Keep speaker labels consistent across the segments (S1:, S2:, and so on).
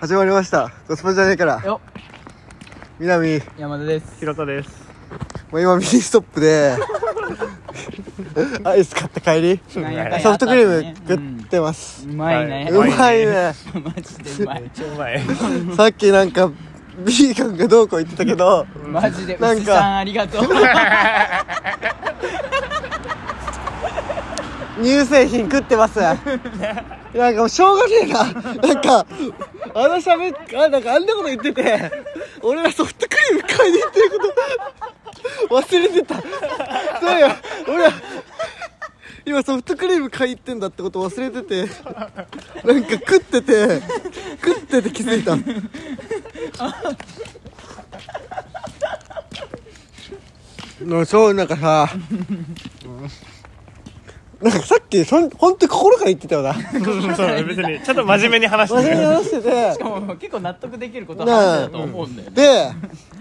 S1: 始まりましたコスパじゃねえから
S2: よ
S1: 南
S2: 山田です
S3: 平田です
S1: もう今ミニストップ でアイス買って帰り
S2: なんやかんや
S1: ソフトクリー
S2: あ
S1: ム
S2: った
S1: 食
S2: ねうん
S1: ってます、
S2: うまいね
S1: う
S3: は
S1: まいね
S2: マジでうまい
S3: 超 前
S1: さっきなんかビーガンがどうこう言ってたけど
S2: マジで
S1: なんか
S2: 牛さんあり がとう
S1: 乳製品食ってますなんかもうしょうがねえななんかあのしゃべあなんかあんなこと言ってて俺らソフトクリーム買いに行ってること忘れてたそうや俺ら今ソフトクリーム買いに行ってんだってこと忘れててなんか食ってて食ってて気づいたのそうなんかさなんかさっきそん本当に心から言ってたよな
S3: そう別にちょっと真面目に話し
S1: 真 面目に
S3: て
S1: 話してて
S2: もう結構納得できること
S1: ねえ
S2: 話だと思うんだよね
S1: で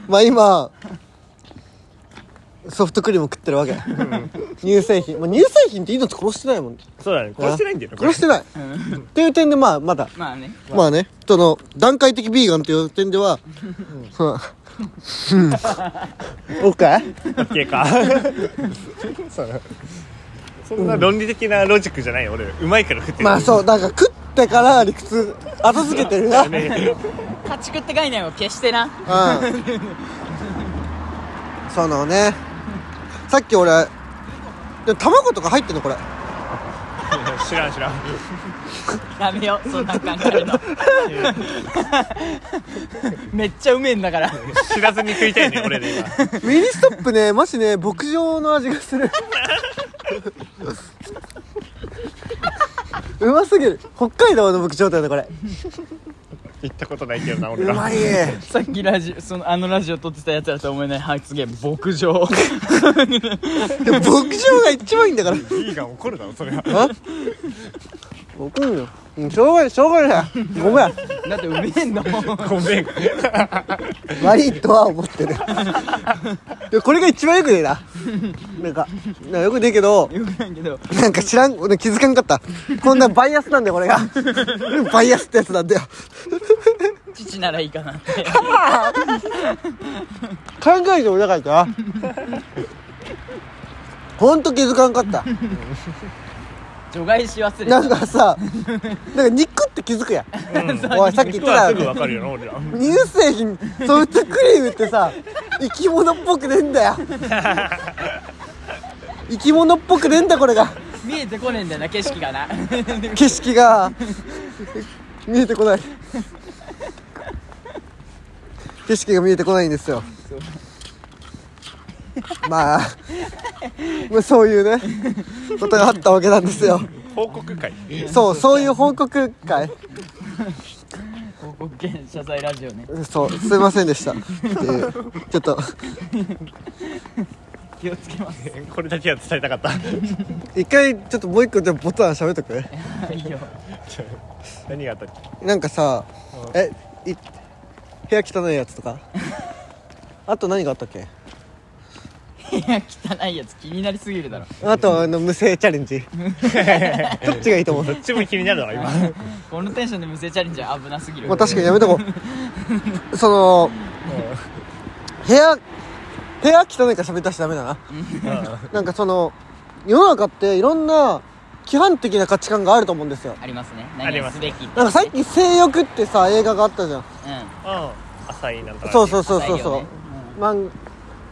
S1: まあ今ソフトクリーム食ってるわけ乳製品、まあ、乳製品っていいのって殺してないもん
S3: そうだね殺してないんだよねこれ
S1: 殺してないっていう点でまあまだ
S2: まあね
S1: まあねその段階的ビーガンという点ではうん OK?
S3: オッケーか そうそんな論理的なロジックじゃないよ俺うまいから食ってる
S1: まあそうなんか食ってから理屈後付けてるなうん
S3: ね
S2: 家畜って概念を消してな
S1: そのねさっき俺でも卵とか入ってんのこれ
S3: 知らん知らん
S2: やめようそんなん考えるの めっちゃうめえんだから
S3: 知らずに食いたいね俺で今
S1: ミニストップねマジね牧場の味がするうますぎる北海道の牧場だよねこれ
S3: 行ったことないけどな俺
S1: う
S3: ら
S1: まい
S2: さっきラジオそのあのラジオ撮ってたやつらと思えない発言牧
S1: で
S2: 場
S1: も牧場が一番いいんだから
S3: いいが怒るだろそれは
S1: あ怒るようんしょうがないしょうがないごめん
S2: だってうめえんだもん
S3: ごめん
S1: 悪いとは思ってるでもこれが一番よくねえななんかなんかよくねえけど
S2: よくないけど
S1: なんか知らん俺気づかんかったこんなバイアスなんだよこれがバイアスってやつなんだよ
S2: 父ならいいかなって
S1: 考えてもなかったなほんと気づかんかった
S2: 除外し忘れ
S1: なん
S2: た
S1: かさなんか肉って気づくやんおいさっき言って
S3: 肉は
S1: たよ
S3: すぐ
S1: ね
S3: わかるよな俺ら
S1: 乳製品ソフトクリームってさ生き物っぽくねえんだよ生き物っぽくねえんだこれが
S2: 見えてこねえんだよな景色がな
S1: 景色が見えてこない景色が見えてこないんですよまあまあそういうねことがあったわけなんですよ
S3: 報告会
S1: そうそういう報告会
S2: 報告権謝罪ラジオね
S1: そうすいませんでしたっていうちょっと
S2: 気をつけます
S3: これだけは伝えたかった
S1: 一回ちょっともう一個でもボタン喋っとく
S2: いいよ
S3: 何があったっ
S1: なんかさえい部屋汚いやつとかあと何があったっけ
S2: 部屋汚いやつ気になりすぎるだろ
S1: あとあの無声チャレンジどっちがいいと思う
S3: けどっちも気になるわ今
S2: このテンションで無声チャレンジは危なすぎる
S1: まあ確かにやめとこうその部屋部屋汚いから喋り出しちゃダメだななんかその世の中っていろんな規範的な価値観があると思うんですよ
S2: ありますね
S3: あ
S2: 何
S3: り
S2: を
S3: ます
S2: すべき
S1: なんかさっき「性欲」ってさ映画があったじゃん
S2: う
S3: うん浅いなんとか
S1: そうそううそうそうそう、
S2: 浅いよね
S1: 漫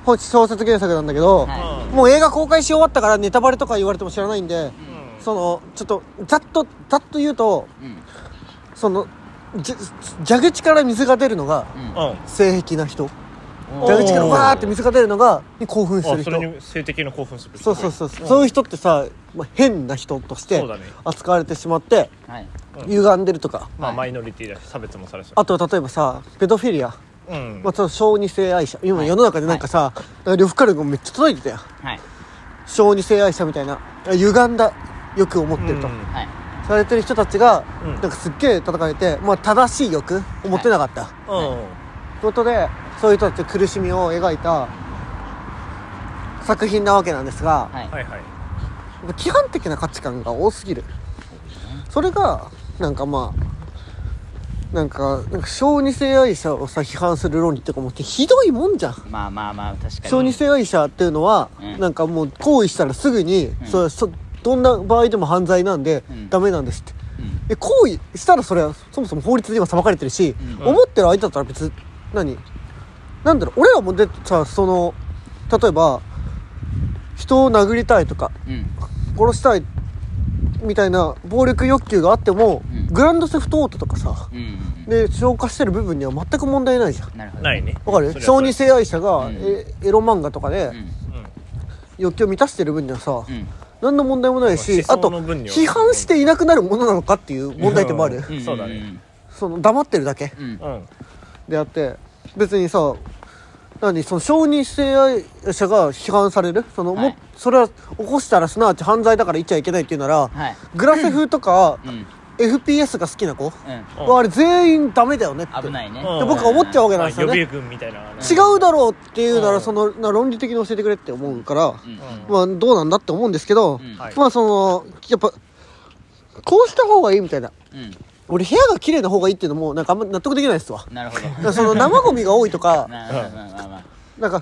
S1: 本小説原作なんだけど、
S2: んは
S1: もう映画公開し終わったからネタバレとか言われても知らないんで、
S3: うん
S1: そのちょっとざっとざっと言うと
S2: いうん
S1: そのじ蛇口から水が出るのが
S2: うん
S3: うん
S1: 性癖な人
S2: お
S1: 蛇口から
S3: おー
S1: わーって水が出るのがに興奮す
S3: あ
S1: る
S3: そ
S1: 人
S3: れに性的な興奮する
S1: そうそうそうそうそういう人ってさ、まあ、変な人として
S3: そうだね
S1: 扱われてしまって
S2: はい
S3: うん
S1: 歪んでるとか
S3: まあ
S2: はい
S3: マイノリティだし差別もされそう
S1: あとは例えばさペドフィリア、
S3: うん
S1: まあ、その小児性愛者今
S2: はい
S1: 世の中でなんかさ、なんか呂布カルコめっちゃ叩いてたやん
S2: はい
S1: 小児性愛者みたいな歪んだ欲を持ってると、
S3: うん
S2: はい
S1: されてる人たちが、
S3: うん
S1: なんかすっげえ叩かれて、まあ、正しい欲を持ってなかった、
S3: うん
S1: ということでそういう人たちの苦しみを描いた作品なわけなんですが、
S2: はい
S3: はいはい
S1: 基本的な価値観が多すぎるそれがなんかまあなんかなんか小児性愛者をさ批判する論理とかもってひどいもんじゃん
S2: まあまあまあ確かに
S1: 小児性愛者っていうのは、
S2: うん
S1: なんかもう行為したらすぐに、
S2: ん
S1: それそどんな場合でも犯罪なんで、
S2: うん
S1: ダメなんですって
S2: うん
S1: え行為したらそれはそもそも法律で今裁かれてるし、
S2: うん
S1: 思ってる相手だったら別に何なんだろう俺らもでさその例えば人を殴りたいとか
S2: うん
S1: 殺したいみたいな暴力欲求があっても、
S2: うん
S1: グランドセフトオートとかさ
S2: うんうん
S1: で消化してる部分には全く問題ないじゃん
S2: なるほど
S3: ないね
S1: わかる
S3: それは
S1: 小
S3: それ
S1: 児性愛者が、
S2: うん
S1: えエロ漫画とかで
S2: うん
S1: 欲求を満たしてる分にはさ、
S2: うん
S1: 何の問題もないし、
S3: 思
S1: あ
S3: 想
S1: と
S3: の分には
S1: 批判していなくなるものなのかっていう問題点もある、
S3: うんそうだね
S1: その黙ってるだけ
S2: うん
S3: うん
S1: であって別にさ何その承認性愛者が批判されるその、
S2: はい
S1: もそれは起こしたらすなわち犯罪だから言っちゃいけないっていうなら、
S2: はい
S1: グラセフとか、
S2: うん
S1: FPS が好きな子、
S2: う
S3: うん
S1: はあれ全員ダメだよねって
S2: ん危ないね
S1: で
S3: うん
S1: 僕は思っちゃうわけな
S3: ま
S1: ん
S3: あ
S1: です
S3: 予
S1: よね、
S3: 備軍みたいな
S1: 違うだろうっていうなら、
S3: うん
S1: そのな論理的に教えてくれって思うから、
S2: うん
S1: まあどうなんだって思うんですけど、
S2: ん
S3: はい
S1: まあそのやっぱこうした方がいいみたいな
S2: う
S1: 俺部屋が綺麗な方がいいっていうのもなんかあんま納得できないですわ
S2: んなるほど
S1: だからその生ゴミが多いと か
S2: まあまあまあまあまあ
S1: なんか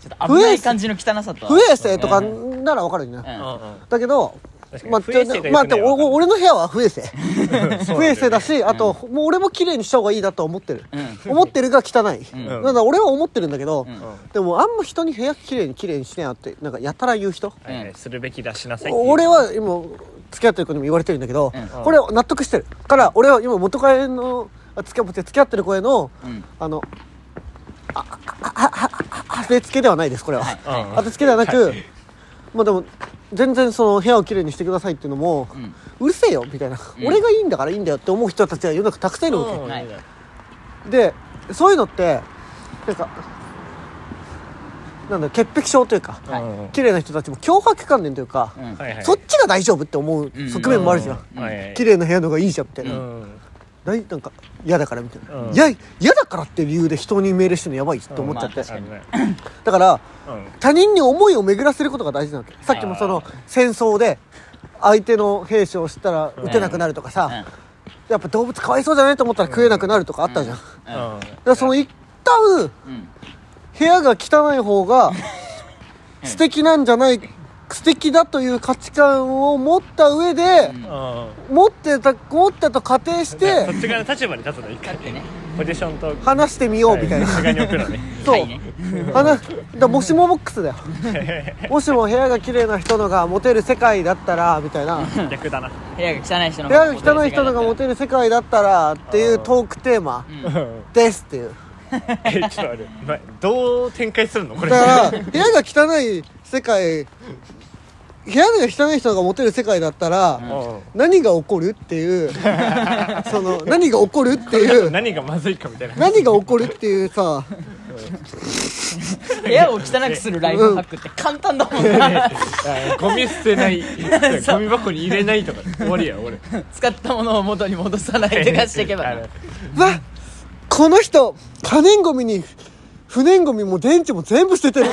S2: ちょっと危ない感じの汚さとは
S1: 不衛生とか
S2: うん
S1: ならわかるよ
S2: う
S1: ね、
S3: うんんうん
S1: だけど
S3: 確かに
S1: まあ、
S3: 不衛生が良くない
S1: まあでも
S3: わかる
S1: お俺の部屋は不衛 生不衛生だしあと、もう俺も綺麗にした方がいいなとは思ってる、
S2: うん
S1: 思ってるが汚い、
S2: ん
S1: なんだ俺は思ってるんだけど、
S2: うん
S1: でもあんま人に部屋綺麗に綺麗にしなよってなんかやたら言う人、
S3: はいはいするべきだしなさいっていう
S1: 俺は今付き合ってる子にも言われてるんだけど、
S2: うん
S1: これ納得してるから俺は今元カレのあ付き合って付き合ってる子への、
S2: うん
S1: あのああああああ当て付けではないですこれは、
S3: うん
S1: 当て 付けではなく、まあでも全然その部屋をきれいにしてくださいっていうのも、
S2: う
S1: うんるせえよみたいな、
S2: ん
S1: 俺がいいんだからいいんだよって思う人たちが世の中たくさんいるわけ、
S3: うん
S2: はい
S1: でそういうのってなんかなんだろう潔癖症というか、
S2: はい
S3: うん
S1: 綺麗な人たちも強迫観念というか、
S2: うん
S3: はいはい
S1: そっちが大丈夫って思う側面もあるじゃん、
S3: うんはいはい
S1: 綺麗な部屋の方がいいじゃんみたいな,、
S3: うん
S1: ないなんか嫌だからみたいな、
S3: うん
S1: いや嫌だからって理由で人に命令してるのやばいって思っちゃって、
S2: うんまあ確
S3: あのね
S1: だから
S3: うん
S1: 他人に思いを巡らせることが大事なわけさっきもその戦争で相手の兵士をしたら撃てなくなるとかさ、やっぱ動物かわいそうじゃないと思ったら食えなくなるとかあったじゃん、だか
S2: うん
S1: らその一旦
S2: うんうん
S1: 部屋が汚い方 が素敵なんじゃない素敵だという価値観を持った上で、
S2: ん
S3: うんうん
S1: 持ってた持ったと仮定し
S3: でそ
S1: て
S3: っち側の立場に立つの一回
S2: ね
S3: ポジションと
S1: 話してみようみたいな、
S3: 内側に置く のね
S1: そう、
S2: はいね
S1: 話だからもしもボックスだよもしも部屋が綺麗な人のがモテる世界だったらみたいな
S3: 逆だな
S2: 部屋が汚い人の
S1: 部屋が汚い人とかモテる世界だったらっていうトークテーマ
S3: うん
S1: ですっていう
S3: えちょっとあれお前どう展開するのこれ
S1: だから部屋が汚い世界部屋が汚い人がモテる世界だった
S3: う
S1: ら
S3: ん
S1: 何が起こるっていう その何が起こるっていう
S3: 何がまずいかみたいな
S1: 何が起こるっていうさ
S2: 部屋を汚くするライフハックって簡単だもんな
S3: ゴミ捨てないゴミ箱に入れないとか終わりや俺
S2: 使ったものを元に戻さないで出していけば
S3: あ
S2: な
S3: の
S1: わこの人可燃ゴミに不燃ゴミも電池も全部捨ててる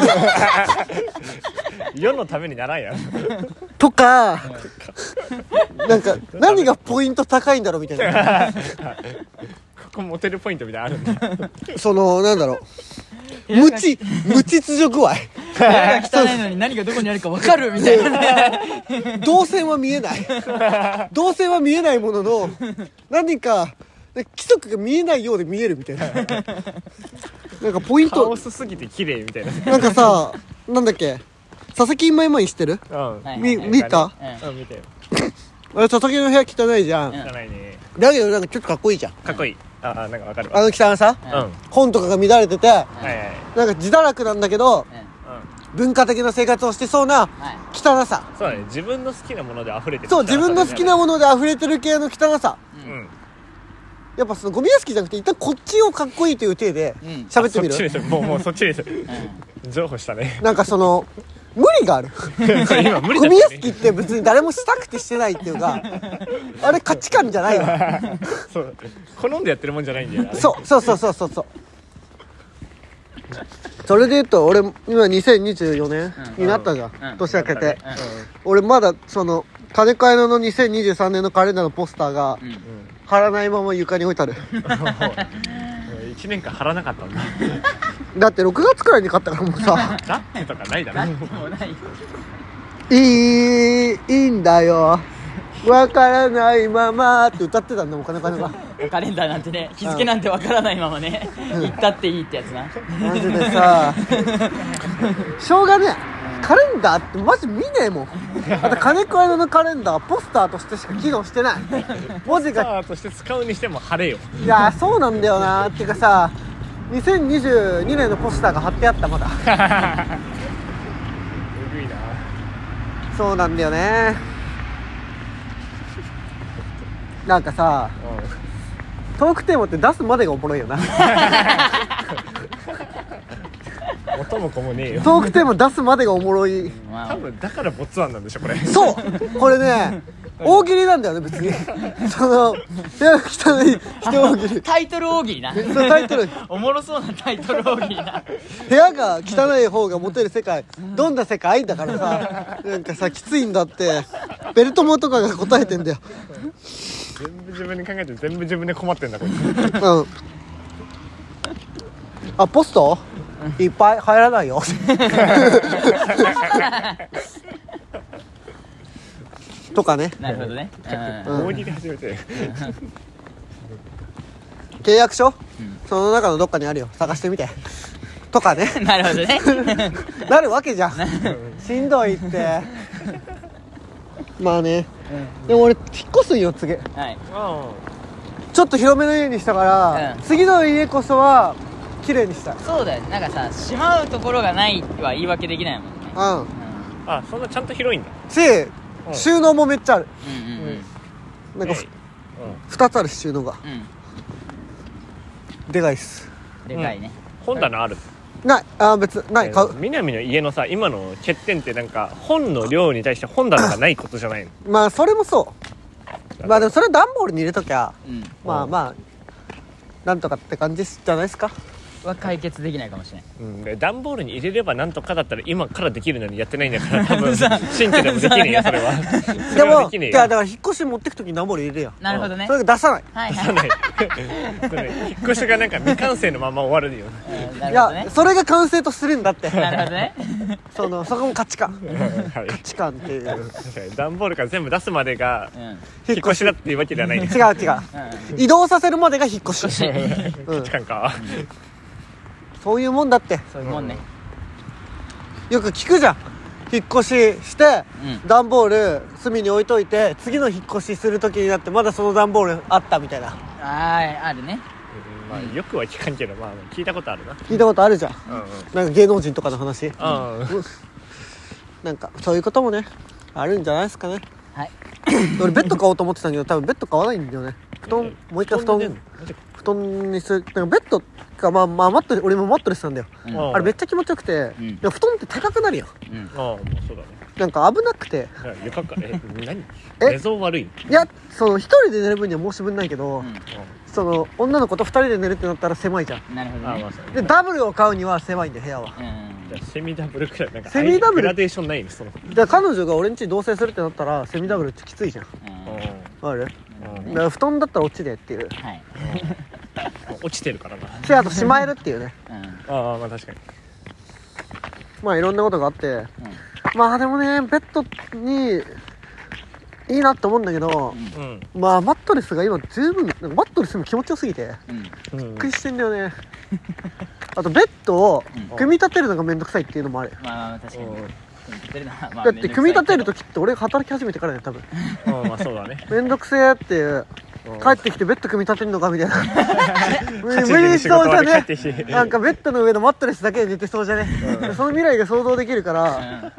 S3: 世のためにならんやん
S1: とかなんか何がポイント高いんだろうみたいな
S3: ここモテるポイントみたいなのあるんだ
S1: そのなんだろう無知無秩序具合
S2: 部屋が汚いのに何がどこにあるか分かるみたいなね
S1: 動線は見えない動線は見えないものの何か規則が見えないようで見えるみたいななんかポイン
S3: カオ
S1: ト
S3: スすぎて綺麗みたいな
S1: なんかさなんだっけ佐々木今今にしてる
S3: うん
S2: はい
S1: み見た
S3: うん見てよ
S1: あれ佐々木の部屋汚いじゃん、
S2: うん
S3: 汚いね
S1: だけどなんかちょっとかっこいいじゃん
S3: かっこいいああなんかわかる
S1: あ
S3: わ
S1: の汚さ
S3: うん
S2: うん
S1: 本とかが乱れてて
S3: はいはい
S1: なんか自堕落なんだけど
S2: うん
S3: う
S1: 文化的な生活をしてそうなん
S2: はい
S1: 汚さ
S3: んそうだね自分の好きなもので溢れてる
S1: そう自分の好きなもので溢れてる系の汚さ
S3: うん
S1: やっぱそのゴミ屋敷じゃなくて一旦こっちをかっこいいという体で
S2: うん
S1: 喋ってみ
S3: あそっち
S1: る、
S3: でしょもうもうそっちでしょ 譲歩したね
S1: なんかその無理がある
S3: 今無理
S1: ゴ
S3: だ
S1: ミ
S3: っ
S1: 屋
S3: たね
S1: 敷って別に誰もしたくてしてないっていうかあれ価値観じゃないわ
S3: そう好んでやってるもんじゃないんだよな
S1: そうそうそうそうそうそうそれで言うと俺今2024年になったじゃん、
S2: うん
S1: 年明けて、
S3: うん
S1: 俺まだその金替えのの2023年のカレンダーのポスターが
S2: うんうん
S3: うん
S1: 貼らないまま床に置いてある
S3: 1年間貼らなかったんだ
S1: だって6月くらいに買ったからもう さ
S3: だってとかないだ
S2: だっ
S3: ろ
S2: てもうないよ
S1: いいいいんだよわからないままって歌ってたんだもん金金が
S2: カレンダーなんてね日付なんてわからないままね行ったっていいってやつな
S1: マジでさしょうがねえカレンダーってマジ見ねえもんあと金子屋のカレンダーはポスターとしてしか機能してない文字が
S3: さあとして使うにしても貼れよ
S1: いやそうなんだよなっていうかさ2022年のポスターが貼ってあったまだ
S3: えぐいな
S1: そうなんだよねなんかさトークテーマって出すまでがおもろいよな
S3: うん音も子もねえよ
S1: トークテーマ出すまでがおもろい
S2: ま
S3: 多
S2: あ
S3: 分だからボツワンなんでしょこれ
S1: そうこれね大喜利なんだよね別 にその矢吹さんに一大喜利
S2: タイトル大喜利な
S1: そのタイトル
S2: おもろそうなタイトル大喜利な
S1: 部屋が汚い方がモテる世界どんな世界だからさなんかさきついんだってベルトモとかが答えてんだよ
S3: 全部自分に考えて全部自分で困ってんだこいつ
S1: うんあポストいっぱい入らないよとかね
S2: なるほどねうん
S3: 大喜利始めて
S1: 契約書、その中のどっかにあるよ探してみてとかね
S2: なるほどね
S1: なるわけじゃんしんどいってまあね、でも俺引っ越すんよ次
S2: はい
S3: あ
S1: ちょっと広めの家にしたから、
S2: うん
S1: 次の家こそは綺麗にしたい
S2: そうだよねなんかさしまうところがないは言い訳できないもんね
S1: うん
S3: あそんなちゃんと広いんだ
S1: し、収納もめっちゃある
S2: うんうんうんうん
S1: なんかふ、
S3: うん
S1: 2つあるし収納が
S2: うん
S1: でかいっす
S2: でかいね、
S3: 本棚ある
S1: ないあー別ない買う
S3: 南の家のさ今の欠点ってなんか本の量に対して本棚がないことじゃないの
S1: まあそれもそうまあでもそれ段ボールに入れときゃ
S2: うん、
S1: まあまあなんとかって感じじゃないですか
S2: は解決できないかもしれない
S3: うんで段ボールに入れればなんとかだったら今からできるのにやってないんだから多分新居でもできねえよそれはそ
S1: で
S3: れは
S1: も
S3: できねえ
S1: い
S3: よ
S1: やだから引っ越し持ってく時に段ボール入れるやん
S2: なるほどね
S1: それが出さない
S2: はい
S3: 出
S2: は
S3: さ
S2: い
S3: ないそれ引っ越しがなんか未完成のまま終わるよ
S2: うんないるほど
S1: や
S2: ね
S1: それが完成とするんだって
S2: なるほどね
S1: そのそこも価値観
S3: はい
S1: 価値観っていう違う
S3: 確かに段ボールから全部出すまでが
S2: うんうん
S1: 引
S3: 引
S1: っ
S3: っ
S1: 越
S3: 越
S1: し
S3: しだっていうわけではないね
S1: 違う移動させるまでが引っ越し う
S3: 価
S1: ん
S3: 値観か
S1: そういうもんだって
S2: そういうもんね
S1: よく聞くじゃん引っ越しして
S2: うん
S1: 段ボール隅に置いといて次の引っ越しする時になってまだその段ボールあったみたいな
S2: あーあるね
S3: まあよくは聞かんけどまあ聞いたことあるな
S1: 聞いたことあるじゃん
S3: うんうん
S1: なんか芸能人とかの話
S3: ああ
S1: なんかそういうこともねあるんじゃないですかね
S2: はい
S1: 俺ベッド買おうと思ってたんだけど多分ベッド買わないんだよね布団もう一回布
S3: 布団
S1: 団
S3: で寝んのマジか
S1: 布団にするなんかベッドがまあまあマットレス俺もマットレスなんだよ
S2: うん
S3: あ
S1: あれめっちゃ気持ちよくて、
S2: うん
S1: でも布団って高くなるよ
S2: うん
S3: ああもうそうだね
S1: なんか危なくて
S3: だから床かえ何
S1: え
S3: 寝相悪い
S1: いやその一人で寝る分には申し分ないけど、
S2: うん
S1: その女の子と二人で寝るってなったら狭いじゃん
S2: なるほど
S3: ああ
S2: ね
S3: まあそうだね
S1: でダブルを買うには狭いんだよ部屋は
S2: うん
S3: じゃあセミダブルくらいなんか
S1: セミダブル
S3: グラデーションないねその
S1: で彼女が俺んちに同棲するってなったらセミダブルってきついじゃん
S2: うん
S1: ある
S3: う
S1: だ
S3: ん
S1: から布団だったら落ちでっていう
S2: はい
S3: 落ちてるからな
S1: せやあとしまえるっていうね
S2: うん
S3: ああまあ確かに
S1: まあいろんなことがあってまあでもねベッドにいいなって思うんだけど、
S3: うん
S1: まあマットレスが今十分なんかマットレスも気持ちよすぎて
S2: うんうん
S3: うん
S1: びっくりしてんだよ ねあとベッドを組み立てるのがめんどくさいっていうのもある
S2: まあまあまあ確かに
S3: うん
S2: 組み立てるのはまあ
S1: だって組み立てる
S2: と
S1: 時って俺が働き始めてからね多分
S3: ああまあそうだね
S1: めんどくせえっていう
S3: うん
S1: 帰ってきてベッド組み立てるのかみた いな無
S3: 勝ち
S1: 無
S3: 抜
S1: 理
S3: きの
S1: し
S3: 仕
S1: そう
S3: 事
S1: じ
S3: は
S1: ゃ
S3: ね
S1: ね
S3: 帰ってきて
S1: なんかベッドの上のマットレスだけで寝てそうじゃね、その未来が想像できるか
S2: うん
S1: ら
S2: は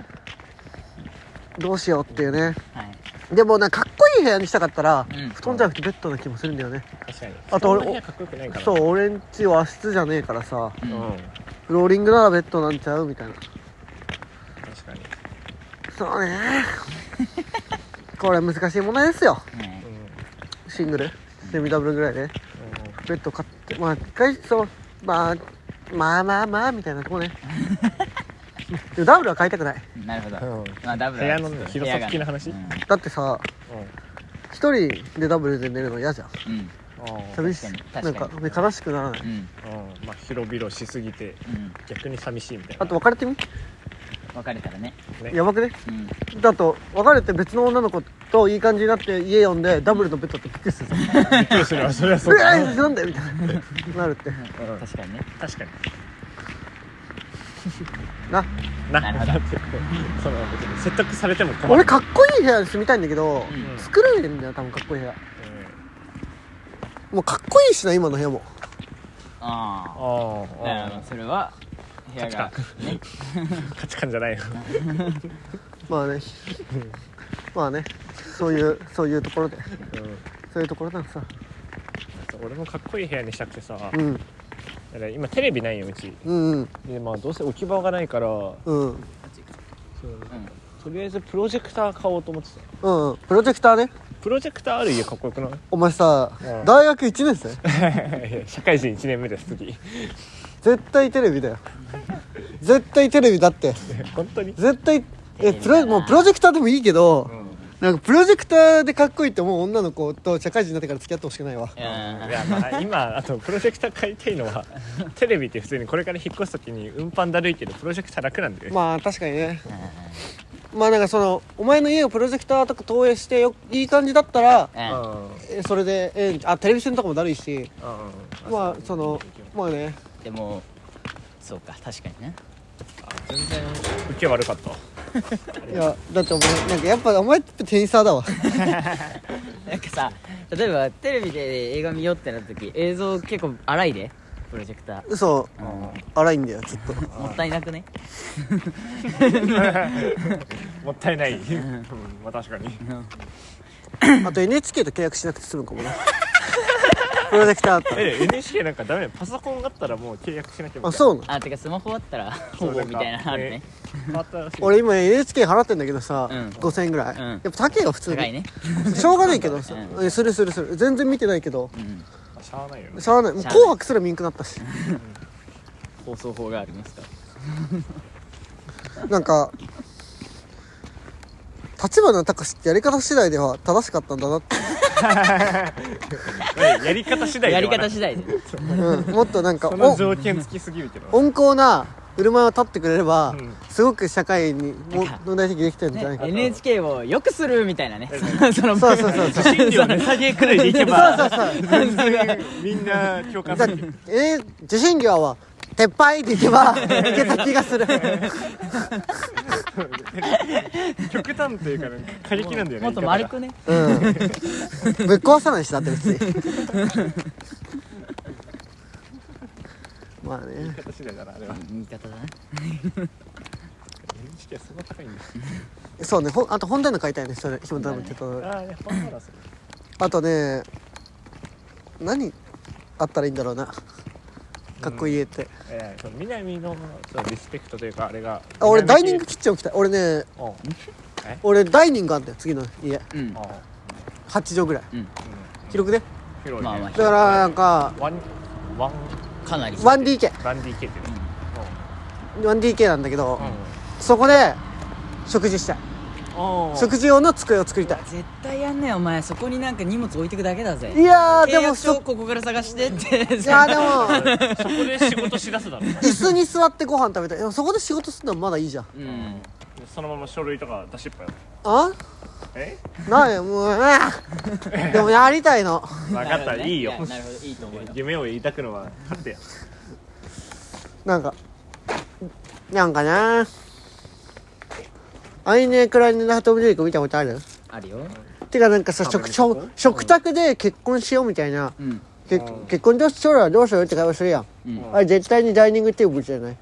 S1: どうしようっていうね
S2: い
S1: でもなんかかっこいい部屋にしたかったら、
S2: うん
S1: 布団じゃなくてベッドな気もするんだよね、
S3: 確かに
S1: あと俺
S3: そんなにかっこよくないから
S1: そう俺んち和室じゃねえからさ
S2: う
S3: うん
S2: ん
S1: フローリングならベッドなんちゃうみたいな
S3: 確かに
S1: そうねこれ難しい問題ですよ
S2: ね
S3: うんうん
S1: シングルセミダブルぐらいで、ベッド買ってまあ一回そうまあまあまあまあみたいなとこねでもダブルは買いたくない
S2: なるほど
S3: うん
S2: まあダブル
S3: 部屋の広さ的な話
S2: 部屋がね
S1: だってさ一人でダブルで寝るの嫌じゃん
S2: うん
S1: 寂しい
S2: 確
S1: な
S2: か
S1: んか
S2: に確
S1: 悲しくならない
S2: うん
S3: うんまあ広々しすぎて
S2: うん
S3: 逆に寂しいみたいな
S1: あと別れてみ
S2: 別れたらね
S3: ね
S1: やばくね
S2: うん
S1: だと別れて別の女の子といい感じになって家呼んでダブルのベッドってびっくりするさ「
S3: びっくりするわそれはそうう だ
S1: え
S3: ね
S1: ーなんだよ」みたいななるって
S3: うん
S2: 確かにね
S3: 確かに
S1: な
S3: な
S2: なるほど
S3: だって その別に説得されても困
S1: 俺
S3: る
S1: かっこいい部屋に住みたいんだけど、
S2: うん
S1: 作れねえんだよ多分かっこいい部屋もうかっこいいしな今の部屋も
S2: あ
S3: あ
S2: あだからそれは部屋が
S3: あ価値観じゃないよ
S1: まあ ねまあねそういうそういうところでそういうところなのさ
S3: うん俺もかっこいい部屋にしたくてさだか
S1: うん
S3: ら今テレビないようち
S1: うんうん
S3: でまあどうせ置き場がないからそ
S1: うん
S3: う
S2: うん
S3: とりあえずプロジェクター買おうと思ってた
S1: うんプロジェクターね
S3: プロジェクターある家かっこよ くない
S1: お前さ、
S3: うん
S1: 大学1年生
S3: いや社会人1年目です次
S1: 絶対テレビだよ絶対テレビだって
S3: 本当に
S1: 絶対え
S2: テレビ
S1: プ
S2: だな
S1: ロもうプロジェクターでもいいけど、
S2: うん
S1: なんかプロジェクターでかっこいいって思う女の子と社会人になってから付き合ってほしくないわ
S2: いや
S3: いやまあ今あとプロジェクター買いたいのはテレビって普通にこれから引っ越す時に運搬だるいけどプロジェクター楽なんだよ ね
S1: まあ確かにねまあなんかそのお前の家をプロジェクターとか投影してよいい感じだったら
S2: うんうん
S3: うん
S1: えそれでええんあテレビ線とかもだるいし
S3: うん
S1: まあそのまあね
S2: でもそうか確かにね
S3: 全然受け悪かった
S1: いやだってお前なんかやっぱお前ってテニサーだわ
S2: なんかさ例えばテレビで映画見ようってなった時映像結構荒いでプロジェクタ
S1: 嘘
S2: ー、うん
S1: 荒いんだよちょっと
S2: もったいなくね
S3: もったいないうんまあ確かに
S1: あと NHK と契約しなくて済むかもなプロジェクターだったら
S3: え NHK なんかダメだよパソコンがあったらもう契約しなきゃ
S1: あそううなの
S2: あてかスマホあったらほぼみたいなのあるね
S3: 変わったらしい
S1: 俺今 NHK 払ってんだけどさ、
S2: うん
S1: 5000円ぐらい、
S2: うん
S1: やっぱ高いよ普通に
S2: 高いね
S1: し ょうがないけどさ、
S2: う
S1: えするするする全然見てないけど
S2: うん
S3: あしゃあないよね
S1: しゃあないもう
S2: しゃあない
S1: 紅白すら見んくなったし
S2: 放送法がありますから
S1: なんか立花隆ってやり方次第では正しかったんだなって、
S3: やり方次第
S2: や
S3: で
S2: り
S3: はな
S2: 方
S3: い
S2: 次第で
S1: うん、もっとなんか
S3: その
S1: お
S3: 条件つきすぎるけど
S1: 温厚な振る舞いを立ってくれれば、
S3: うん
S1: すごく社会にも
S2: なんか
S1: 問題的にできてるんじゃない
S2: ね
S1: か、
S2: NHK をよくするみたいなね その
S1: そうそうそうそう
S2: そ
S3: 賃料値下げくらいでいけば
S1: そうそうそう
S3: 全然みんな共感
S1: だ
S3: す
S1: って
S3: る
S1: えー受信料は撤廃でいけばいけた気がする
S3: 極端というかなんか過激なんだよね
S2: もっと
S3: 言い方が
S2: 丸くね
S1: うんぶっ壊さないしだって別にまあね
S3: 言い方次第だなあれは
S2: 言い方だな
S3: NHK はそんな高いんだ
S1: そうねほんあと本棚買いたいねそれひもたぶんちょっと
S3: ああやっぱそうだそれ
S1: あとね何あったらいいんだろうなかっこいい家って、
S3: ええその南のそうリスペクトというかあれが
S1: あ俺ダイニ
S3: 南系
S1: ングキッチン置きたい俺ね
S3: うん
S1: 俺ダイニングあんだよ次の家
S2: うん
S3: ああ
S1: 8畳ぐらい、
S2: うん
S1: 広くね
S3: 広いね
S2: まあまあ
S1: だからなんか
S3: ワンワン
S2: かなり
S1: 1DK1DK
S3: ランディ系っていうの
S1: なんだけど、
S3: うん
S1: そこで食事したい
S3: おー
S1: 食事用の机を作りたい
S2: 絶対やんねえお前そこになんか荷物置いてくだけだぜ
S1: いやー
S2: 契
S1: でも
S2: 約書
S1: そ
S2: ここから探してって
S1: いやーでも
S3: そこで仕事しだすだろ
S1: 椅子に座ってご飯食べたいでもそこで仕事するのはまだいいじゃん
S2: うん
S3: そのまま書類とか出しっぱよ
S1: あ
S3: え
S1: なんやもうあ ーでもやりたいの
S3: 分かったいいよ
S2: なるほどいいと思うよ
S3: 夢を抱くのは勝手や
S1: なんかなんかなアイネクライネのハトムジーク見たことある
S2: あるよ
S1: てかなんかさ
S3: 多分
S1: 食食食卓で結婚しようみたいな、
S2: うん
S1: け
S3: うん
S1: 結婚どうしようどうしようって会話するやん、
S2: うん
S1: あれ絶対にダイニングテーブルじゃない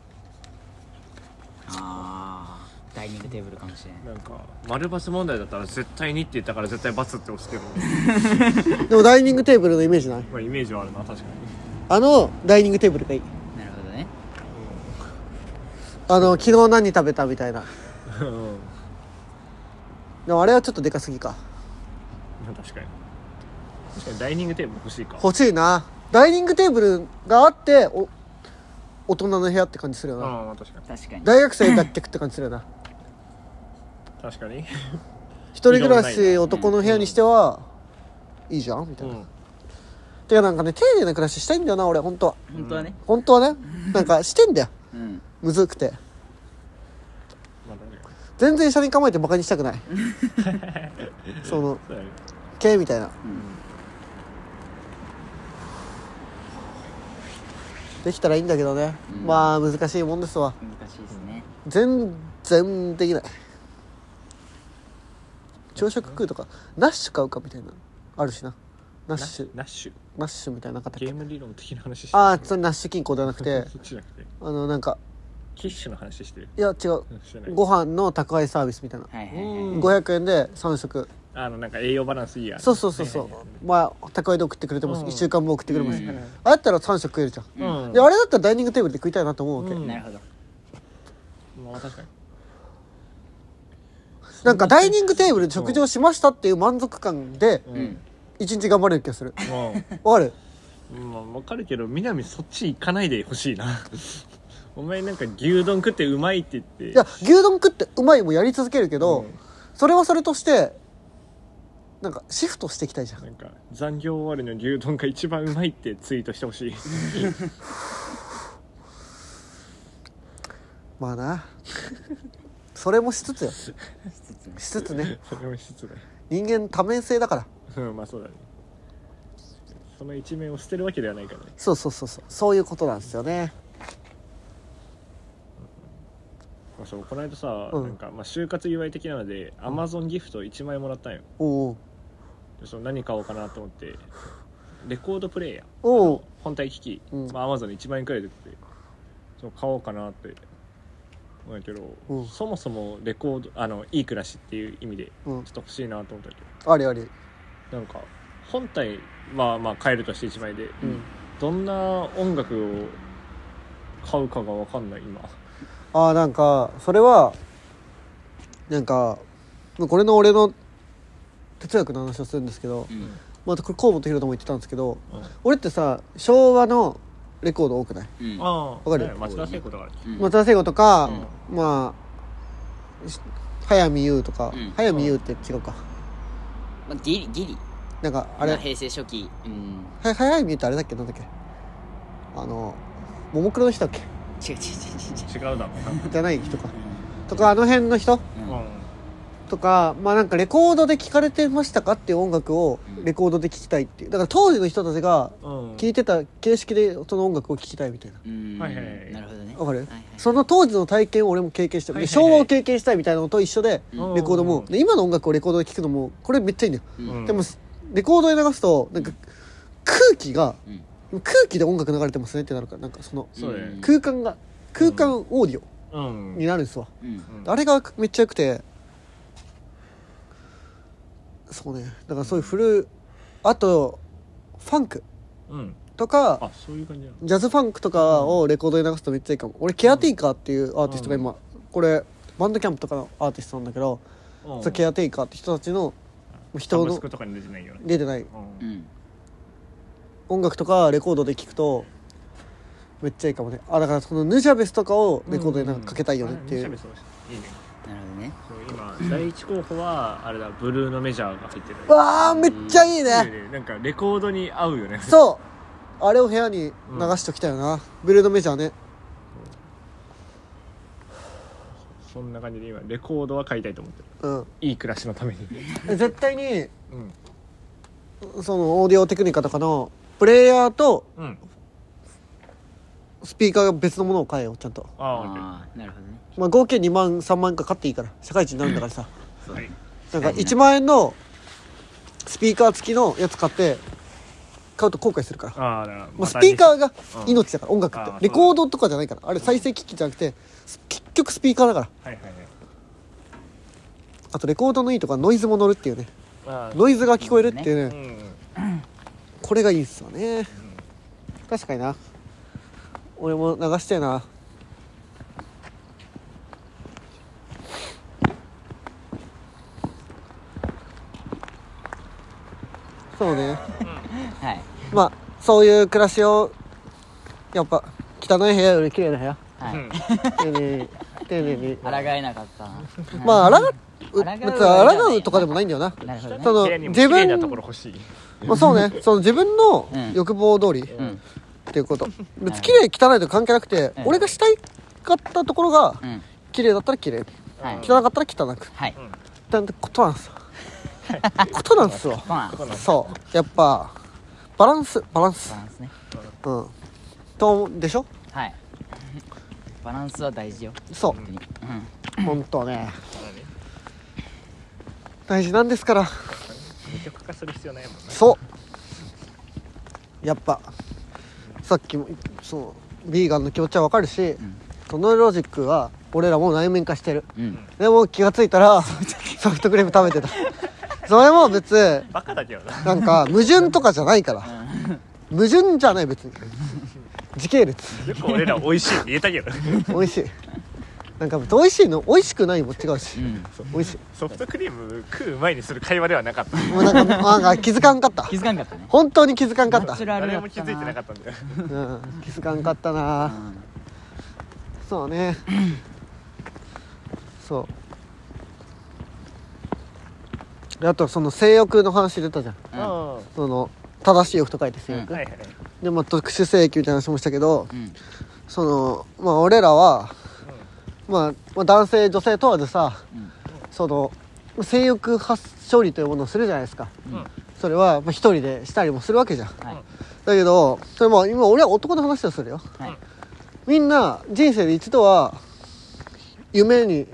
S2: あーダイニングテーブルかもしれない
S3: なんか丸バス問題だったら絶対にって言ったから絶対バツって押してる
S1: でもダイニングテーブルのイメージない
S3: まあイメージはあるな確かに
S1: あのダイニングテーブルがいい
S2: なるほどね
S1: あの昨日何食べたみたいなでもあれはちょっとでかすぎか
S3: まあ 確かに確かにダイニングテーブル欲しいか
S1: 欲しいなダイニングテーブルがあってお大人の部屋って感じするよ
S3: うん
S1: な、
S3: まあ確かに
S2: 確かに
S1: 大学生脱却って感じするよな
S3: 確かに
S1: 一人暮らし男の部屋にしてはいいじゃんみた
S3: う
S1: いな、
S3: ん
S1: てかなんかね丁寧な暮らししたいんだよな俺本当は
S2: 本当はね
S1: 本当はねなんかしてんだよ
S2: うん
S1: むずくて全然車に構えてバカにしたくないその
S3: そうだね
S1: 系みたいな、できたらいいんだけどね、
S2: うん
S1: まあ難しいもんですわ
S2: 難しいですね
S1: 全然できない朝食食うとかナッシュ買うかみたいなのあるしなナッシュ
S3: ナッシュ
S1: ナッシュみたいな方
S3: ゲーム理論的な話してる
S1: ああそれナッシュ金庫ではなくて
S3: そっちじゃなくて
S1: あのなんか
S3: キッシュの話してる
S1: いや違う
S3: してない
S1: ご飯の宅配サービスみたいな、
S2: はいはいはい
S3: うん
S1: 500円で3食
S3: あのなんか栄養バランスいいや
S1: そうそうそうそう、まあ宅配で送ってくれてます、
S3: うん
S1: 1週間も送ってくれます、
S2: うん
S1: あれだったら3食食えるじゃん、
S3: ううん
S1: であれだったらダイニングテーブルで食いたいなと思うわけ、
S3: うん
S2: なるほど
S3: まあ確かに
S1: なんかダイニングテーブルで食事をしましたっていう満足感で
S2: うん
S1: 一日頑張れる気がす る
S3: も
S1: わかる
S3: うまあ分かるけど南そっち行かないでほしいな お前なんか牛丼食ってうまいって言って
S1: いや牛丼食ってうまいもやり続けるけど、それはそれとしてなんかシフトしていきたいじゃん
S3: なんか残業終わりの牛丼が一番うまいってツイートしてほしい
S1: まあな それもしつつよしつつね
S3: それもしつつだ
S1: 人間多面性だから
S3: うんまあそうだねその一面を捨てるわけではないからね
S1: そうそうそうそうそういうことなんですよね
S3: まあそうこの間さ、
S1: うん
S3: なんか、まあ、就活祝い的なのでアマゾンギフト1枚もらったんよ
S1: おう
S3: でその何買おうかなと思ってレコードプレイヤー
S1: おう
S3: 本体機器、
S1: うん
S3: まあ、アマゾンで1万円くらいで売っててそう買おうかなって思うんやけど、
S1: うん
S3: そもそもレコードあのいい暮らしっていう意味でち
S1: う
S3: ょ
S1: ん
S3: っと欲しいなと思ったけど、
S1: ありあり
S3: なんか本体まあまあ買えるとして1枚で、
S1: うん
S3: どんな音楽を買うかが分かんない今
S1: ああなんかそれはなんかこれの俺の哲学の話をするんですけど、
S2: うん
S1: まあ、これ河本ロ人も言ってたんですけど
S3: うん
S1: 俺ってさ昭和のレコード多くない
S2: うん
S3: あ
S1: わかる
S3: 松田聖子とか
S2: うん
S1: 松田聖子とか、まあし早見優とか、
S2: うん
S1: 早見優って違うか
S2: まあギリギリ
S1: なんかあ
S2: あ
S1: れ、
S2: れ平成初期うん
S1: は早見優ってあれだっけなんだっけあのももクロの人だっけ
S2: 違う違う違う
S3: 違うだろうな、
S1: じゃない人かとかあの辺の人
S2: 違ううん
S3: うん
S1: とかまあなんかレコードで聴かれてましたかっていう音楽を
S2: うん
S1: レコードで聴きたいっていうだから当時の人たちが
S3: うん
S1: 聴いてた形式でその音楽を聴きたいみたいな
S2: うん
S3: はいはいはい
S2: なるほどね
S1: わかる、
S2: はいはい
S1: その当時の体験を俺も経験して、
S3: はいはいはい
S1: で昭和を経験したいみたいなのと一緒で
S2: うん
S1: レコードも、で今の音楽をレコードで聴くのもこれめっちゃいいんだよ、
S2: うん
S3: うん
S1: でもレコードで流すとなんか空気が
S2: うん
S1: 空気で音楽流れてますねってなるからなんかその
S3: そうだよね
S1: 空間が空間オーディ
S3: うん
S1: オになるんですわ、
S2: うん
S1: あれがめっちゃ良くてそうねだからそういう古いあとファンク
S3: うん
S1: とか
S3: あそういう感じなの
S1: ジャズファンクとかをレコードで流すとめっちゃいいかも俺ケアテイカーっていうアーティストが今これバンドキャンプとかのアーティストなんだけど
S3: うん
S1: そうケアテイカーって人たちの人
S3: サブ
S1: の
S3: スクとかに出てないよね
S1: 出てない
S3: うん
S2: うん
S1: 音楽とかレコードで聴くとめっちゃいいかもねあだからそのヌジャベスとかをレコードでなんかかけたいよねっていう、
S3: あ西部そういいね
S2: なるほどね
S3: そう今第一候補はあれだブルーのメジャーが入ってる
S1: わあめっちゃいい
S3: いい
S1: ね
S3: ねなんかレコードに合うよね
S1: そうあれを部屋に流しておきたいよな、ブルードメジャーね
S3: そんな感じで今レコードは買いたいと思ってる
S1: うん
S3: いい暮らしのために
S1: 絶対に
S3: うん
S1: そのオーディオテクニカとかのプレイヤーと
S3: うん
S1: スピーカーが別のものを買えよちゃんと、
S3: あ
S2: ああなるほどね
S1: まあ、合計2万3万円か買っていいから社会人になるんだからさ
S3: あはい
S1: なんか1万円のスピーカー付きのやつ買って買うと後悔するから
S3: ああだから
S1: まあ、スピーカーが
S3: うん
S1: 命だから、音楽
S3: あー
S1: っ
S3: そうだ
S1: てレコードとかじゃないからあれ再生機器じゃなくてす結局スピーカーだから
S3: はいはいはい
S1: あとレコードのいいとかノイズも乗るっていうね
S3: あ
S1: ノイズが聞こえるっていう
S3: あう
S1: ね
S3: ん
S1: これがいいっすよね確かにな俺も流したいなそうね
S2: はい
S1: まあそういう暮らしをやっぱ汚い部屋より綺麗な部屋
S2: はい
S1: 丁寧に丁寧に
S2: 抗えなかったな
S1: まあ、あらがっう
S2: 抗う
S1: 別に抗うとかでもないんだよな
S2: なるほどね
S1: その
S3: 綺麗にも
S1: 自
S3: 綺麗
S1: 分
S3: なところ欲しい
S1: まあ、そうねその自分の
S2: うん
S1: 欲望通りっ
S2: うん
S1: ていう こと別に綺麗汚いと関係なくて
S2: うん
S1: 俺がしたいかったところが
S2: うん
S1: 綺麗だったら綺麗
S2: はい
S1: 汚かったら汚く
S2: はい
S1: なんてことなん すよことなんすよ
S2: まあバ
S1: そうやっぱバランスバランス
S2: ランスね
S1: うんと思うでしょ
S2: はい バランスは大事よ
S1: そ
S2: 本当にうん
S1: う本当ね大事なんですから
S3: 二極化する必要ないもんね
S1: そうやっぱさっきもそうビーガンの気持ちはわかるし、
S2: ん
S1: そのロジックは俺らもう内面化してる
S2: うん
S1: でも気がついたら ソフトクリーム食べてたそれも別に
S3: バカだけどな
S1: なんか矛盾とかじゃないから矛盾じゃない別に時系列
S3: よく俺ら美味しいって言えたけど
S1: 美味しいなんか美味しいの美味しくないも違うし、
S2: うん
S1: 美味し
S3: ソフトクリーム食う前にする会話ではなかった
S1: いもうなんかなんか気づかんかった
S2: 気づかんかったね
S1: 本当に気づかんかった
S2: ナチュラル
S3: 誰
S2: やっ
S3: も気
S2: た
S3: づいてな
S2: な
S3: かったんだよ
S1: うん、気づかんかったな、
S2: ん
S1: そうねそうであとその性欲の話出たじゃん
S2: うん
S3: は
S1: その正しい欲と書いて性
S3: い
S1: 欲、
S3: はい
S1: でまあ特殊性欲みたいな話もしたけど
S2: うん
S1: そのまあ俺らは、まあ、まあ男性女性問わずさ
S2: うん
S1: その性欲発症理というものをするじゃないですか、
S3: ん
S1: それはまあ一人でしたりもするわけじゃん
S2: はい
S1: だけどそれも今俺は男の話をするよ
S2: はい
S1: みんな人生で一度は夢に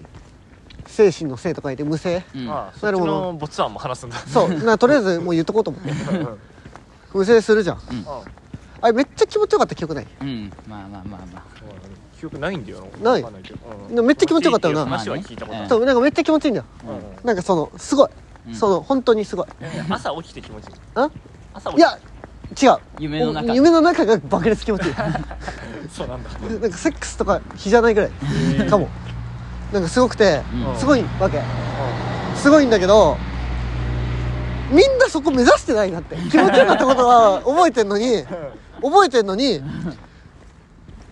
S1: 精神の性と書いて無性
S2: うん
S3: ああそっちのボツワンも話すんだ
S1: そうなとりあえずもう言っとこうと思って 無性するじゃんあれめっちゃ気持ちよかった記憶ない
S2: うんまあまあまあま
S3: 記憶ないんだよ
S1: ない
S3: わかんけど
S1: でもめっちゃ気持ちよかったよな
S3: 聞いてる話は聞いたことあ
S2: ん
S3: る
S1: そうなんかめっちゃ気持ちいいんだよ
S3: うん
S1: なんかそのすごい、
S2: うん
S1: その本当にすごい
S3: 朝起きて気持ちい い
S1: あ
S3: 朝起
S1: い
S3: きて
S1: や違う
S2: 夢の中
S1: お夢の中が爆裂気 持ちいい
S3: そうなんだ
S1: なんかセックスとか比じゃないぐらいかもなんかすごくて、
S2: うん
S1: すごいわけすごいんだけどみんなそこ目指してないなって気持ちよかったことは覚えてんのに覚えてんのに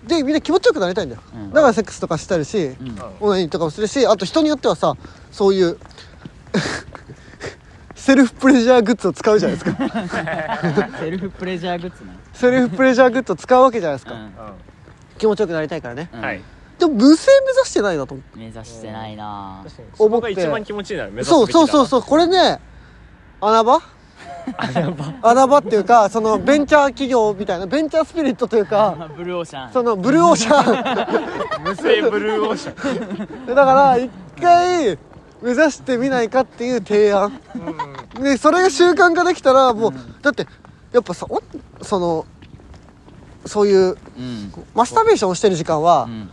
S1: でみんな気持ちよくなりたいんだよ、
S2: うん
S1: だからセックスとかしたりし、
S2: うん
S1: オナニーとかもするしあと人によってはさそういう セルフプレジャーグッズを使うじゃないですか
S2: セルフプレジャーグッズね
S1: セルフプレジャーグッズを使うわけじゃないです
S2: う
S1: か、
S2: ん
S1: 気持ちよくなりたいからね
S2: うん
S3: はい
S1: でも無性目指してないなと思って
S2: 目指してないなぁ
S1: 思って
S3: そこが一番気持ちいいなら目指す
S1: そう
S3: べきだ
S1: そ
S3: な
S1: うそうそうこれね穴場穴場穴場っていうかそのベンチャー企業みたいなベンチャースピリットというか
S2: あブルーオーシャン
S1: そのブルーオーシャ
S3: 無性ブルーオーシャン
S1: ンだから一回目指してみないかっていう提案でそれが習慣化できたらもう、だってやっぱさおそのそういう
S2: うん
S1: マスターベーションをしてる時間は
S2: う、ん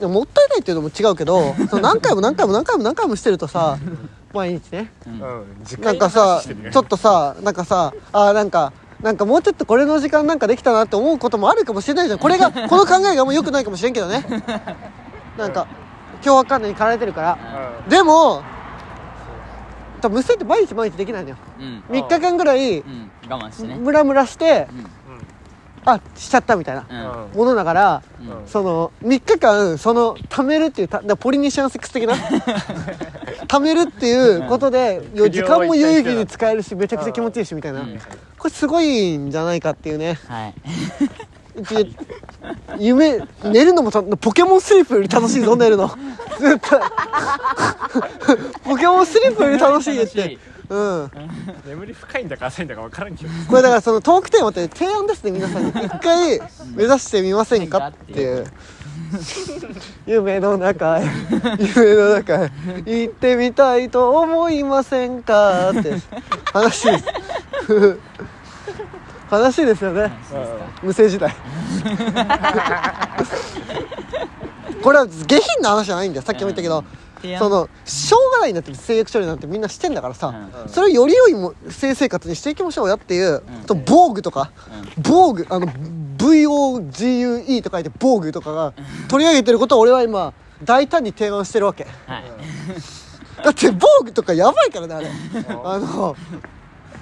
S1: でももったいないっていうのも違うけどその何回も何回も何回も何回もしてるとさ毎日ね
S3: うん時
S1: な
S3: 間
S1: んかさ、ちょっとさ、なんかさ、あーなんか、なんかもうちょっとこれの時間なんかできたなって思うこともあるかもしれないじゃん。これが、この考えがもう良くないかもしれんけどね。なんか、脅迫観念に駆られてるから。
S3: う
S1: でも、多分無線って毎日毎日できないのよ。
S2: うん
S1: 3日間ぐらい、
S2: うん我慢してね
S1: ムラムラして、
S3: ん
S1: あ、しちゃったみたいな
S2: う。
S3: うん
S2: ん
S1: ものだから、
S2: うん
S3: うん
S1: その3日間その貯めるっていうただからポリネシアンセックス的 な貯めるっていうことで、よ時間も有意義に使えるしめちゃくちゃ気持ちいいしみたいな、
S2: うん
S1: これすごいんじゃないかっていうね
S2: はい。
S1: うち夢寝るのもたポケモンスリープより楽しいぞ寝るの絶 対ポケモンスリープより楽しいっ
S2: 楽してい
S1: うん
S3: 眠り深いんだか浅いんだか分からんけど
S1: これだからそのトークテーマって提案ですね皆さんに一回目指してみませんかっていう夢の中へ 夢の中へ行ってみたいと思いませんかって話です 話ですよね無声時 代これは下品な話じゃないんだよさっきも言ったけど、
S2: 提案
S1: そのしょうがないんだって性欲処理なんてみんなしてんだからさ、
S3: うん
S1: それをより良いも性生活にしていきましょうよっていう、と防具とか、防具あの VOGUE と書いて防具とかが取り上げてることを俺は今大胆に提案してるわけ
S2: はい。
S1: だって防具とかやばいからねあれあの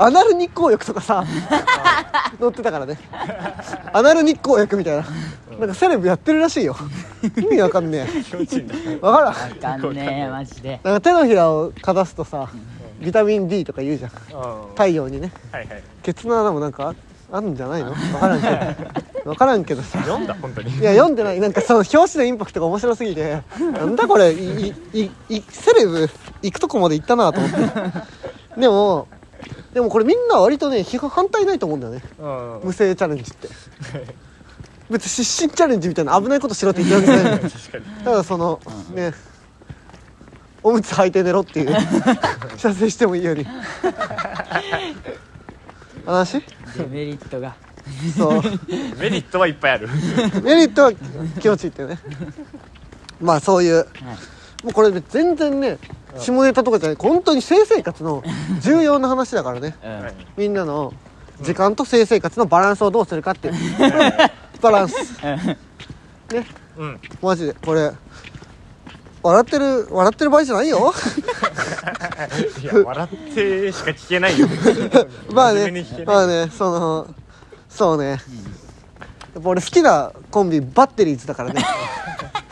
S1: アナル日光浴とかさ載ってたからねアナル日光浴みたいななんかセレブやってるらしいよ意味わかんね
S3: 気持ちいいんだ
S1: えわからん
S2: わかんねえマジで
S1: なんか手のひらをかざすとさビタミン D とか言うじゃん
S3: は
S1: 太陽にね
S3: いはい
S1: ケツの穴もなんかああるんじゃないのわからんけ どわからんけどさ
S3: 読んだ本当に
S1: いや読んでないなんかその表紙のインパクトが面白すぎてなんだこれいいいいセレブ行くとこまで行ったなと思ってでもでもこれみんな割とね批判反対ないと思うんだよね
S3: うん
S1: 無声チャレンジって別に失神チャレンジみたいな危ないことしろって言ってるわけじゃないの
S3: 確かに
S1: ただそのねおむつ履いて寝ろっていう射精してもいいように話
S2: デメリットが
S1: そう
S3: メリットはいっぱいある
S1: メリットは気持ちいいってねまあそういう、もうこれね全然ね下ネタとかじゃない本当に性生活の重要な話だからね
S2: うん
S3: はい
S1: みんなの時間と性生活のバランスをどうするかっていうバランスね
S3: うん
S1: マジでこれ笑ってる笑ってる場合じゃないよ
S3: いや笑ってしか聞けないよ
S1: まあ
S3: 真
S1: ね
S3: 面目に聞けない
S1: まあねそのそうね、やっぱ俺好きなコンビバッテリーズだからね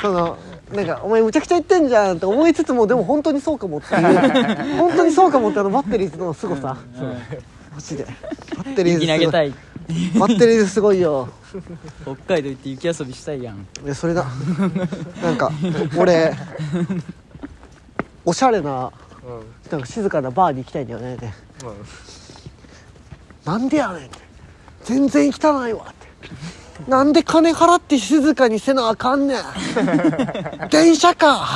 S1: そのなんかお前むちゃくちゃ言ってんじゃんって思いつつもでも本当にそうかもっていう本当にそうかもってあのバッテリーズの凄さ、マジでバッテリーズす
S2: 雪
S1: ご
S2: 投げたい
S1: バッテリーズすごいよ
S2: 北海道行って雪遊びしたいやん
S1: いやそれだ なんか俺おしゃれな
S3: うん
S1: なんか静かなバーに行きたいんだよねって
S3: うん
S1: なんでやねんって全然汚いわってなんで金払って静かにせなあかんねん電車か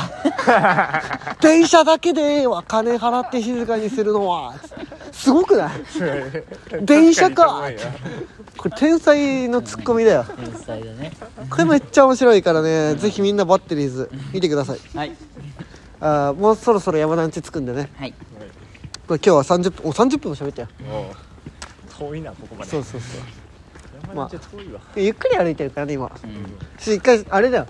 S1: 電車だけでええわ金払って静かにするのはすごくない電車か
S3: 確にすごいな
S1: これ天才のツッコミだよ
S2: 天才だね
S1: これめっちゃ面白いからねぜひみんなバッテリーズ見てください
S2: はい
S1: あーもうそろそろ山田んち着くんでね
S2: はい
S1: これ今日は30分お30分も喋ったよ
S3: もう遠いなここまで
S1: そうそうそう
S3: 山口遠いわ
S1: ゆっくり歩いてるからね今
S2: うん
S1: し一回あれだよ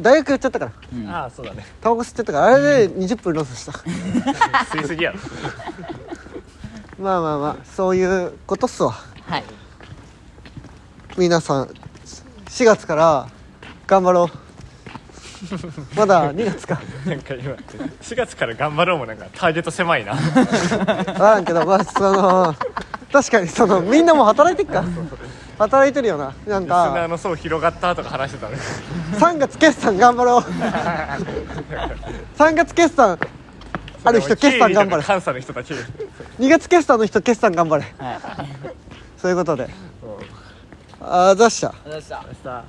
S1: 大学やっちゃったから
S2: うん
S3: ああそうだね
S1: タバコ吸ってたからあれで20分ロスした
S3: 吸いすぎやろ
S1: まあまあまあそういうことっすわ
S2: はい
S1: 皆さん4月から頑張ろ うまだ2月か
S3: なんか今4月から頑張ろうもなんかターゲット狭いな
S1: 分からんけどまあその確かにそのみんなもう働いてっか働いてるよななん
S3: リスナー
S1: か
S3: の層広がったとか話してたね
S1: 3月決算頑張ろう3月決算ある人決算頑張れ
S3: 関西の人だけ
S1: 2月決算の人決算頑張れ
S2: はいありがとう
S1: そういうことであーざっした
S2: ございました